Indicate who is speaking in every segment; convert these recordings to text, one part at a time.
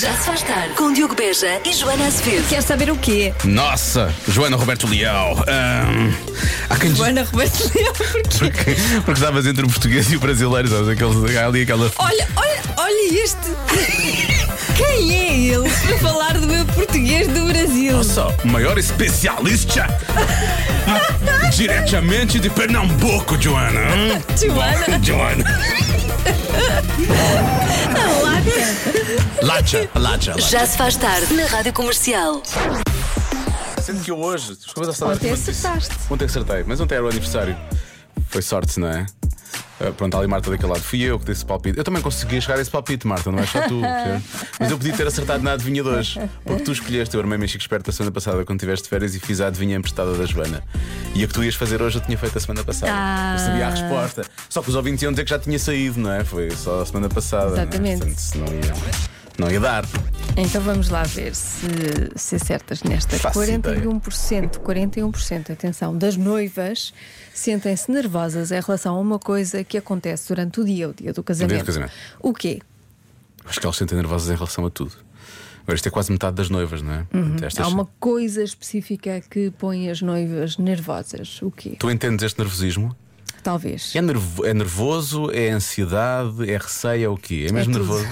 Speaker 1: Já se faz tarde com Diogo Beja e Joana Azevedo.
Speaker 2: Queres saber o quê?
Speaker 3: Nossa, Joana Roberto Leal. Ahm, há quem diz
Speaker 2: Joana Roberto Leal, porquê?
Speaker 3: porque, porque estavas entre o português e o brasileiro, sabes? Aqueles, há ali aquela.
Speaker 2: Olha, olha, olha este. Quem é ele para falar do meu português do Brasil?
Speaker 3: Nossa, o maior especialista. Ah, Diretamente de Pernambuco, Joana. Hum,
Speaker 2: Joana.
Speaker 3: bom, Joana.
Speaker 2: A lata.
Speaker 3: Lacha, lacha, lacha.
Speaker 1: Já se faz tarde na Rádio Comercial.
Speaker 3: Sendo que eu hoje. Desculpa, já
Speaker 2: Ontem acertaste.
Speaker 3: Ontem acertei, mas ontem era o aniversário. Foi sorte, não é? Ah, pronto, ali Marta daquele lado fui eu que disse palpite. Eu também consegui chegar a esse palpite, Marta, não é só tu. percebes? Mas eu podia ter acertado na adivinha de hoje, porque tu escolheste o Armei Mexico Esperto da semana passada quando tiveste férias e fiz a adivinha emprestada da Joana. E a que tu ias fazer hoje eu tinha feito a semana passada.
Speaker 2: Ah.
Speaker 3: Eu sabia a resposta. Só que os ouvintes iam dizer que já tinha saído, não é? Foi só a semana passada. não é?
Speaker 2: Exatamente.
Speaker 3: Portanto, se não ia, não ia dar.
Speaker 2: Então vamos lá ver se, se acertas nesta.
Speaker 3: Faço
Speaker 2: 41%, 41%, atenção, das noivas sentem-se nervosas em relação a uma coisa que acontece durante o dia, o dia do casamento.
Speaker 3: casamento.
Speaker 2: O quê?
Speaker 3: Acho que elas se sentem nervosas em relação a tudo. Agora, isto é quase metade das noivas, não é? Portanto, estas-
Speaker 2: Uhum. Há uma coisa específica que põe as noivas nervosas. O quê?
Speaker 3: Tu entendes este nervosismo?
Speaker 2: Talvez.
Speaker 3: É, nervo- é nervoso, é ansiedade, é receio, é o quê? É mesmo
Speaker 2: tudo.
Speaker 3: nervoso?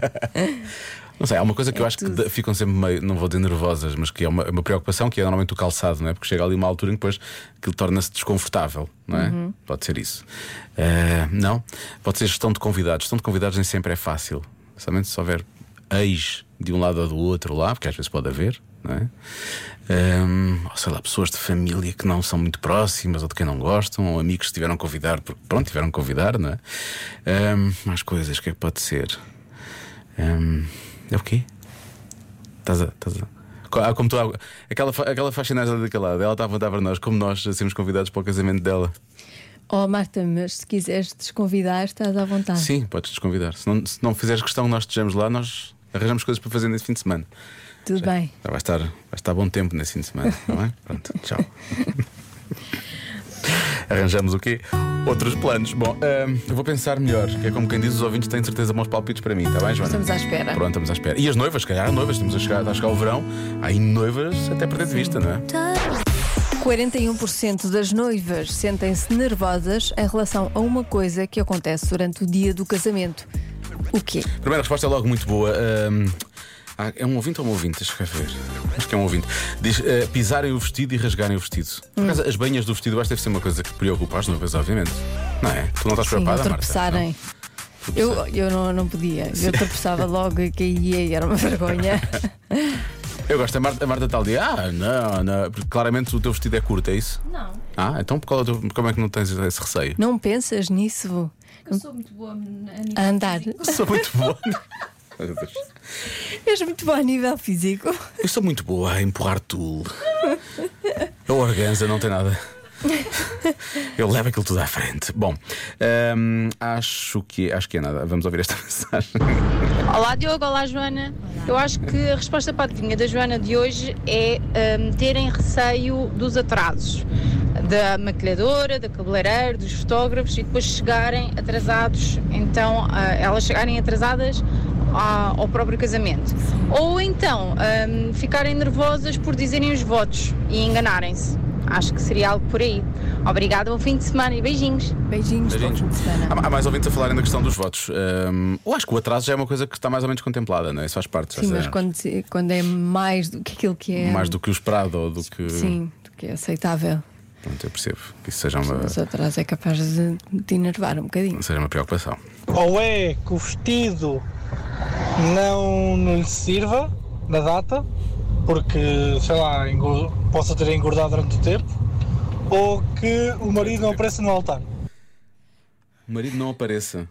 Speaker 3: não sei, há uma coisa que eu acho
Speaker 2: tudo.
Speaker 3: que da- ficam sempre meio, não vou dizer nervosas, mas que é uma, uma preocupação que é normalmente o calçado, não é? Porque chega ali uma altura em que depois aquilo torna-se desconfortável, não é? Pode ser isso. Ah, não, pode ser gestão de convidados. Gestão de convidados nem sempre é fácil, somente se houver ex de um lado ou do outro lá, porque às vezes pode haver, não é? Ahm, ou sei lá, pessoas de família que não são muito próximas ou de quem não gostam, ou amigos que tiveram que convidar, porque pronto, tiveram que convidar, não é? Ahm, mais coisas, o que é que pode ser? Ahm, é o quê? Estás a. Estás a... Co- ah, Como tu, há- aquela, fa- aquela faxinagem daquele lado, ela está a apontar para nós, como nós sermos convidados para o casamento dela.
Speaker 2: Oh, Marta, mas se quiseres desconvidar, estás à vontade.
Speaker 3: Sim, podes desconvidar. Se não, se não fizeres questão que nós estejamos lá, nós arranjamos coisas para fazer nesse fim de semana.
Speaker 2: Tudo bem.
Speaker 3: Já vai estar, vai estar bom tempo nesse fim de semana, não é? Pronto, tchau. Arranjamos o quê? Outros planos. Bom, ahm, eu vou pensar melhor, que é como quem diz, os ouvintes têm de certeza bons palpites para mim, está bem, Joana?
Speaker 2: Estamos à espera.
Speaker 3: Pronto, estamos à espera. E as noivas, se calhar, há noivas, estamos a chegar, está a chegar o verão, há aí noivas até perder de vista, não é?
Speaker 2: Tá. 41% das noivas sentem-se nervosas em relação a uma coisa que acontece durante o dia do casamento. O quê?
Speaker 3: Primeira resposta é logo muito boa. Ahm, ah, é um ouvinte ou um ouvinte? Deixa eu ver. Acho que é um ouvinte. Diz ah, pisarem o vestido e rasgarem o vestido.
Speaker 2: Hum.
Speaker 3: Por acaso, as banhas do vestido eu acho que deve ser uma coisa que preocupa as noivas, obviamente. Não é? Tu
Speaker 2: Sim,
Speaker 3: não estás
Speaker 2: ou
Speaker 3: preocupada, Marta?
Speaker 2: tropeçarem.
Speaker 3: Não,
Speaker 2: Eu,
Speaker 3: tropeçar.
Speaker 2: eu não, não podia. Eu tropeçava logo e caía e era uma vergonha.
Speaker 3: Eu gosto. A Marta, a Marta está ali. Ah, não, não. Porque claramente o teu vestido é curto, é isso?
Speaker 4: Não,
Speaker 3: Ah, então qual é o teu- como é que não tens esse receio?
Speaker 2: Não pensas nisso?
Speaker 4: eu sou muito boa na- na-
Speaker 2: A andar.
Speaker 3: Sou muito boa. Meu Deus.
Speaker 2: És muito bom a nível físico.
Speaker 3: Eu sou muito boa a empurrar tudo. Eu organza, não tem nada. Eu levo aquilo tudo à frente. Bom, hum, acho que acho que é nada. Vamos ouvir esta mensagem.
Speaker 5: Olá Diogo, olá Joana. Eu acho que a resposta para a adivinha da Joana de hoje é hum, terem receio dos atrasos da maquilhadora, da cabeleireira, dos fotógrafos e depois chegarem atrasados, então ah, elas chegarem atrasadas à- ao próprio casamento. Ou então hum, ficarem nervosas por dizerem os votos e enganarem-se. Acho que seria algo por aí. Obrigada, bom fim de semana e beijinhos.
Speaker 2: Beijinhos, Ah,
Speaker 3: Beijinhos.
Speaker 2: bom fim de semana.
Speaker 3: Há, há mais ouvintes a falarem da questão dos votos. Hum, eu acho que o atraso já é uma coisa que está mais ou menos contemplada, não é? Isso faz parte.
Speaker 2: Sim,
Speaker 3: já
Speaker 2: mas
Speaker 3: sabemos.
Speaker 2: quando, se- quando é mais do que aquilo que é.
Speaker 3: Mais do que o esperado ou do que.
Speaker 2: Sim, do que é aceitável.
Speaker 3: Pronto, eu percebo que isso seja uma,
Speaker 2: Mas atrás é capaz de te enervar um bocadinho.
Speaker 3: seja uma preocupação.
Speaker 6: ou é que o vestido não, não lhe sirva na data, porque, sei lá, engor- possa ter engordado durante o tempo, ou que o marido não apareça no altar.
Speaker 3: O marido não apareça.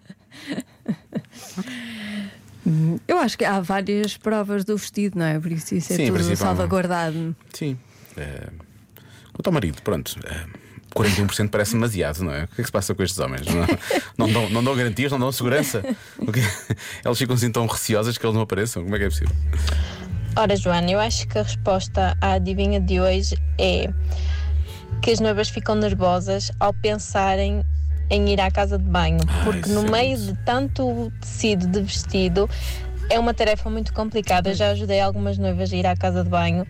Speaker 2: Eu acho que há várias provas do vestido, não é? Por isso isso é
Speaker 3: Sim, em
Speaker 2: tudo
Speaker 3: princípio há uma-
Speaker 2: salvaguardado.
Speaker 3: Sim. Eh, quanto ao marido, pronto. eh, 41% parece demasiado, não é? O que é que se passa com estes homens? Não, não, dão, não dão garantias, não dão segurança. O quê? Elas ficam assim tão receosas que eles não apareçam. Como é que é possível?
Speaker 7: Ora, Joana, eu acho que a resposta à adivinha de hoje é que as noivas ficam nervosas ao pensarem em ir à casa de banho,
Speaker 3: Ah,
Speaker 7: porque
Speaker 3: isso
Speaker 7: no
Speaker 3: é
Speaker 7: meio
Speaker 3: muito.
Speaker 7: de tanto tecido de vestido é uma tarefa muito complicada. Eu já ajudei algumas noivas a ir à casa de banho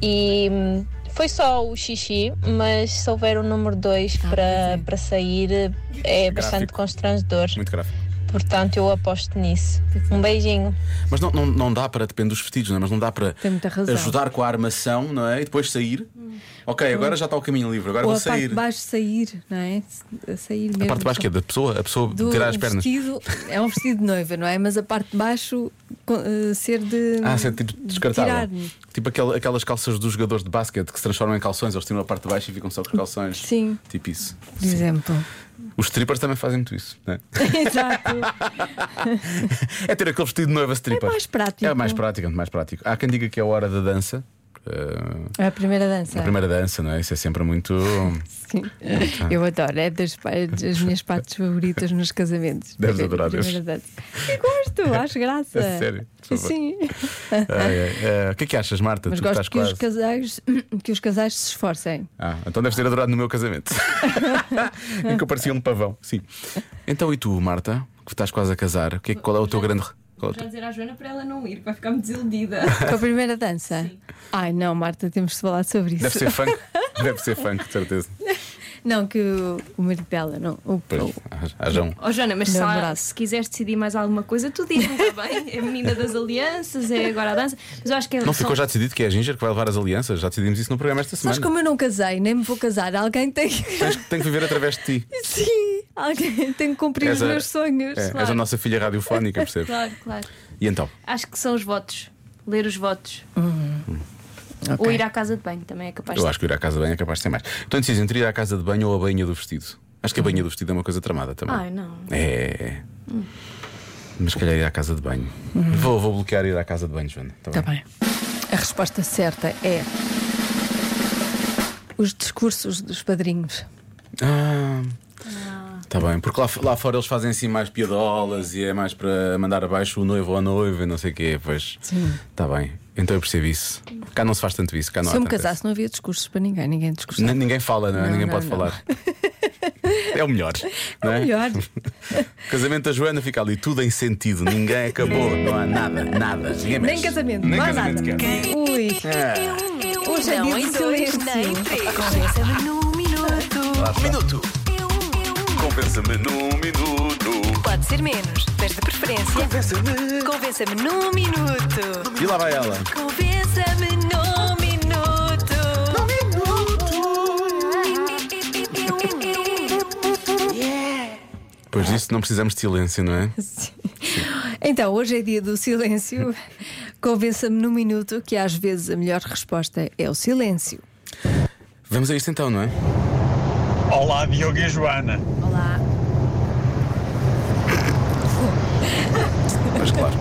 Speaker 7: e hum, foi só o xixi, mas se houver o número 2
Speaker 2: Ah,
Speaker 7: para,
Speaker 2: pois é.
Speaker 7: para sair é
Speaker 3: Gráfico.
Speaker 7: bastante constrangedor.
Speaker 3: Muito gráfico.
Speaker 7: Portanto, eu aposto nisso. Um beijinho.
Speaker 3: Mas não, não, não dá para, depende dos vestidos, não é? Mas não dá para
Speaker 2: Tem muita razão.
Speaker 3: ajudar com a armação, não é? E depois sair. Ok, agora já está o caminho livre, agora
Speaker 2: Ou a
Speaker 3: vou
Speaker 2: parte
Speaker 3: sair.
Speaker 2: de baixo sair, não é? A sair mesmo.
Speaker 3: A parte de baixo que é da pessoa, a pessoa
Speaker 2: do
Speaker 3: tirar as
Speaker 2: o
Speaker 3: pernas.
Speaker 2: vestido é um vestido de noiva, não é? Mas a parte de baixo co- eh, ser de
Speaker 3: Ah, isso é tipo
Speaker 2: de
Speaker 3: descartável.
Speaker 2: tirar.
Speaker 3: Tipo aquel- aquelas calças dos jogadores de basquete que se transformam em calções, eles tiram a parte de baixo e ficam só com os calções.
Speaker 2: Sim.
Speaker 3: Tipo isso.
Speaker 2: Por exemplo.
Speaker 3: Os strippers também fazem muito isso, não é?
Speaker 2: Exato.
Speaker 3: É ter aquele vestido de noiva stripper.
Speaker 2: É mais prático.
Speaker 3: É mais prático, é mais prático. Há quem diga que é a hora da dança. eh,
Speaker 2: É a primeira dança.
Speaker 3: a primeira dança, não é? Isso é sempre muito.
Speaker 2: Sim. Eu adoro, é das, pa- das minhas partes favoritas nos casamentos.
Speaker 3: Deves adorar
Speaker 2: Primeira
Speaker 3: esses.
Speaker 2: dança. Eu gosto, acho graça.
Speaker 3: É sério? Por favor.
Speaker 2: Sim.
Speaker 3: Ai, ai, eh, o que é que achas, Marta?
Speaker 2: Mas
Speaker 3: tu
Speaker 2: gosto
Speaker 3: estás
Speaker 2: que
Speaker 3: quase.
Speaker 2: os casais que os casais se esforcem.
Speaker 3: Ah, então deves ter adorado no meu casamento. em que eu parecia um pavão. Sim. Então e tu, Marta, que estás quase a casar, o que é que- qual é o teu grande. qual é o
Speaker 4: Já
Speaker 3: teu-
Speaker 4: dizer à Joana para ela não ir, que vai ficar muito desiludida.
Speaker 2: Com a primeira dança. Ai não, Marta, temos de falar sobre isso.
Speaker 3: Deve ser funk. Deve ser funk, de certeza.
Speaker 2: Não, que o, o marido dela, não. O,
Speaker 3: Pois, um.
Speaker 2: o-
Speaker 3: hajam.
Speaker 8: Ó Joana, mas se,
Speaker 2: Não,
Speaker 8: há-
Speaker 2: verdade.
Speaker 8: se quiseres decidir mais alguma coisa, tu diz-me, está bem? É a menina das alianças, é agora a dança. Mas eu acho que é.
Speaker 3: Não
Speaker 8: são-
Speaker 3: ficou já decidido que é a Ginger que vai levar as alianças? Já decidimos isso no programa esta
Speaker 2: Mas
Speaker 3: semana.
Speaker 2: como eu não casei, nem me vou casar, alguém tem
Speaker 8: é?
Speaker 2: que.
Speaker 3: Tens que, tem que viver através de ti.
Speaker 2: Sim, alguém tem que cumprir
Speaker 3: És
Speaker 2: os
Speaker 3: a-
Speaker 2: meus sonhos.
Speaker 3: É, És
Speaker 8: claro.
Speaker 3: a nossa filha radiofónica, percebes?
Speaker 8: Claro, claro.
Speaker 3: E então?
Speaker 8: Acho que são os votos. Ler os votos.
Speaker 2: Ok.
Speaker 8: Ou ir à casa de banho também é capaz
Speaker 3: Eu
Speaker 8: de.
Speaker 3: acho que ir à casa de banho é capaz de ser mais. Então decides entre ir à casa de banho ou a banha do vestido. Acho que a banha do vestido é uma coisa tramada também.
Speaker 8: Ai, não. Hum.
Speaker 3: É, É. é. Mas se calhar ir à casa de banho. Vou, vou bloquear ir à casa de banho, Joana. Tá
Speaker 2: Tá
Speaker 3: bem?
Speaker 2: bem. A resposta certa é. Os discursos dos padrinhos.
Speaker 3: Ah. Tá bem, porque lá, lá fora eles fazem assim mais piadolas e é mais para mandar abaixo o noivo ou a noiva e não sei o quê, pois.
Speaker 2: Sim.
Speaker 3: Tá bem, então eu percebo isso. Cá não se faz tanto isso, cá não
Speaker 2: Se
Speaker 3: há
Speaker 2: eu me
Speaker 3: tanto isso.
Speaker 2: casasse, não havia discursos para ninguém, ninguém discursava.
Speaker 3: N- Ninguém fala, não é?
Speaker 2: Não,
Speaker 3: Ninguém
Speaker 2: não,
Speaker 3: pode
Speaker 2: não.
Speaker 3: falar. É o melhor. não É
Speaker 2: Melhor.
Speaker 3: Casamento da Joana fica ali tudo em sentido. Ninguém acabou, não há nada, nada. Ninguém mexe.
Speaker 2: Nem casamento,
Speaker 3: Nem
Speaker 2: não há
Speaker 3: casamento
Speaker 2: nada.
Speaker 3: sequer.
Speaker 2: Ui, hoje é
Speaker 1: Não
Speaker 2: dia
Speaker 1: em
Speaker 2: de
Speaker 1: dois, nem em
Speaker 2: silêncio.
Speaker 1: três. Convença-me num minuto. um.
Speaker 3: Um minuto. Compensa-me num minuto.
Speaker 1: Pode ser menos, mas de preferência. Convença-me num minuto.
Speaker 3: E lá vai ela.
Speaker 1: Convença-me num minuto. Num minuto.
Speaker 3: Pois disso não precisamos de silêncio, não é?
Speaker 2: Então, hoje é dia do silêncio. Convença-me num minuto que às vezes a melhor resposta é o silêncio.
Speaker 3: Vamos a isto então, não é?
Speaker 6: Olá, Diogo e Joana.
Speaker 8: Olá.
Speaker 3: Mas claro.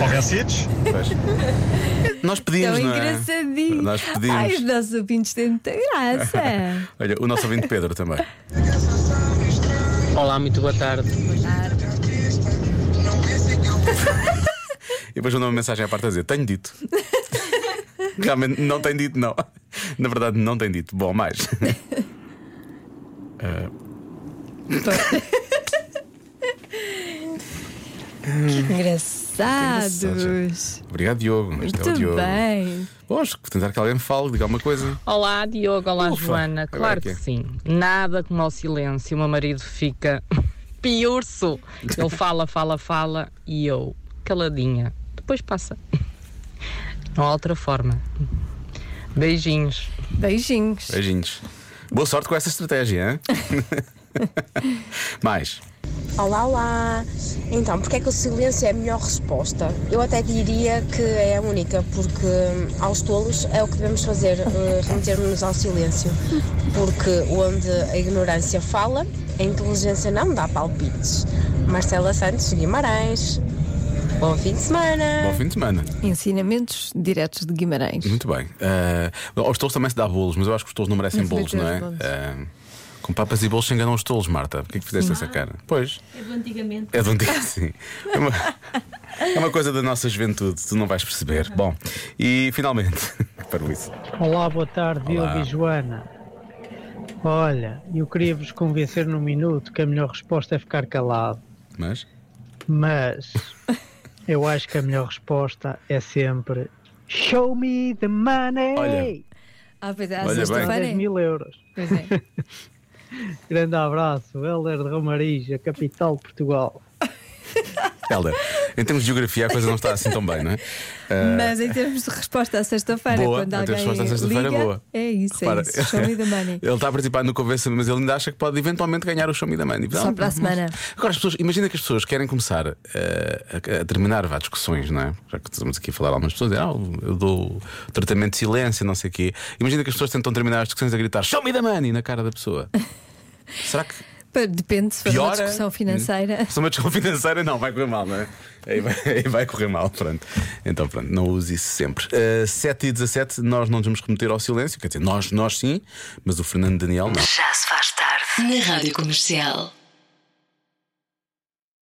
Speaker 6: Convencidos?
Speaker 3: pois. Nós pedimos,
Speaker 2: Tão
Speaker 3: não é?
Speaker 2: engraçadinho.
Speaker 3: Nós pedimos.
Speaker 2: Ai, os nossos ouvintes têm muita graça.
Speaker 3: Olha, o nosso ouvinte Pedro também.
Speaker 9: Olá, muito boa tarde.
Speaker 3: E depois mandou uma mensagem à parte a dizer: Tenho dito. Realmente não tem dito, não. Na verdade, não tem dito. Bom, mais.
Speaker 2: Engraçados.
Speaker 3: Obrigado, Diogo. Este é o
Speaker 2: Muito
Speaker 3: Diogo.
Speaker 2: bem.
Speaker 3: Bom, acho que tentar que alguém me fale, diga alguma coisa.
Speaker 9: Olá, Diogo. Olá,
Speaker 3: Ufa,
Speaker 9: Joana.
Speaker 3: agora
Speaker 9: Claro
Speaker 3: é que
Speaker 9: que
Speaker 3: é.
Speaker 9: sim. Nada como ao silêncio. O meu marido fica piurso. Ele fala, fala, fala e eu caladinha. Depois passa. Não há outra forma. Beijinhos.
Speaker 2: Beijinhos.
Speaker 3: é. Beijinhos. Boa sorte com essa estratégia, hein? Mais.
Speaker 10: Olá, olá! Então, porque é que o silêncio é a melhor resposta? Eu até diria que é a única, porque hum, aos tolos é o que devemos fazer, eh, remeter-nos ao silêncio. Porque onde a ignorância fala, a inteligência não dá palpites. Marcela Santos Guimarães, bom fim de semana!
Speaker 3: Bom fim de semana.
Speaker 2: Ensinamentos diretos de Guimarães.
Speaker 3: Muito bem. Ah, aos tolos também se dá bolos, mas eu acho que os tolos não merecem
Speaker 2: Não se
Speaker 3: bolos,
Speaker 2: merecem
Speaker 3: não é?
Speaker 2: bolos.
Speaker 3: Ah, com papas e bolos se enganam os tolos, Marta. Por que é que fizeste essa cara? Pois.
Speaker 4: É do antigamente.
Speaker 3: É de um dia sim. É uma, é uma coisa da nossa juventude, tu não vais perceber. Bom, e finalmente. Para o isso.
Speaker 11: Olá, boa tarde,
Speaker 3: Olá.
Speaker 11: Diogo e Joana. Olha, eu queria vos convencer num minuto que a melhor resposta é ficar calado,
Speaker 3: Mas.
Speaker 11: mas Eu acho que a melhor resposta é sempre Show me the money!
Speaker 3: Olha.
Speaker 2: Ah, pois é, à
Speaker 11: Olha bem.
Speaker 2: sexta-feira.
Speaker 11: 10 mil euros.
Speaker 2: Pois é.
Speaker 11: Grande abraço, Helder de Romariz, a capital de Portugal.
Speaker 3: Helder, em termos de geografia a coisa não está assim tão bem, não é? Ah,
Speaker 2: Mas em termos de resposta à sexta-feira,
Speaker 3: Boa,
Speaker 2: quando
Speaker 3: em termos de
Speaker 2: alguém
Speaker 3: resposta à sexta-feira,
Speaker 2: liga,
Speaker 3: boa.
Speaker 2: é isso,
Speaker 3: repara,
Speaker 2: é isso. Show me the money.
Speaker 3: Ele está a participar no convença mas ele ainda acha que pode eventualmente ganhar o show me da money.
Speaker 2: Só para a semana.
Speaker 3: Agora, as pessoas, imagina que as pessoas querem começar eh, a, a terminar vá, discussões, não é? Já que estamos aqui a falar, algumas pessoas dizem, ah, eu dou tratamento de silêncio, não sei o quê. Imagina que as pessoas tentam terminar as discussões a gritar show me the money na cara da pessoa. Será que
Speaker 2: Pá, Depende se for uma
Speaker 3: piora? Hum.
Speaker 2: discussão financeira.
Speaker 3: Se é uma discussão financeira, não, vai correr mal, não é? Aí vai, aí vai correr mal, pronto. Então, pronto, não use isso sempre. Uh, 7 e 17, nós não nos vamos remeter ao silêncio, quer dizer, nós, nós sim, mas o Fernando Daniel não.
Speaker 1: Já se faz tarde. Na Rádio Comercial.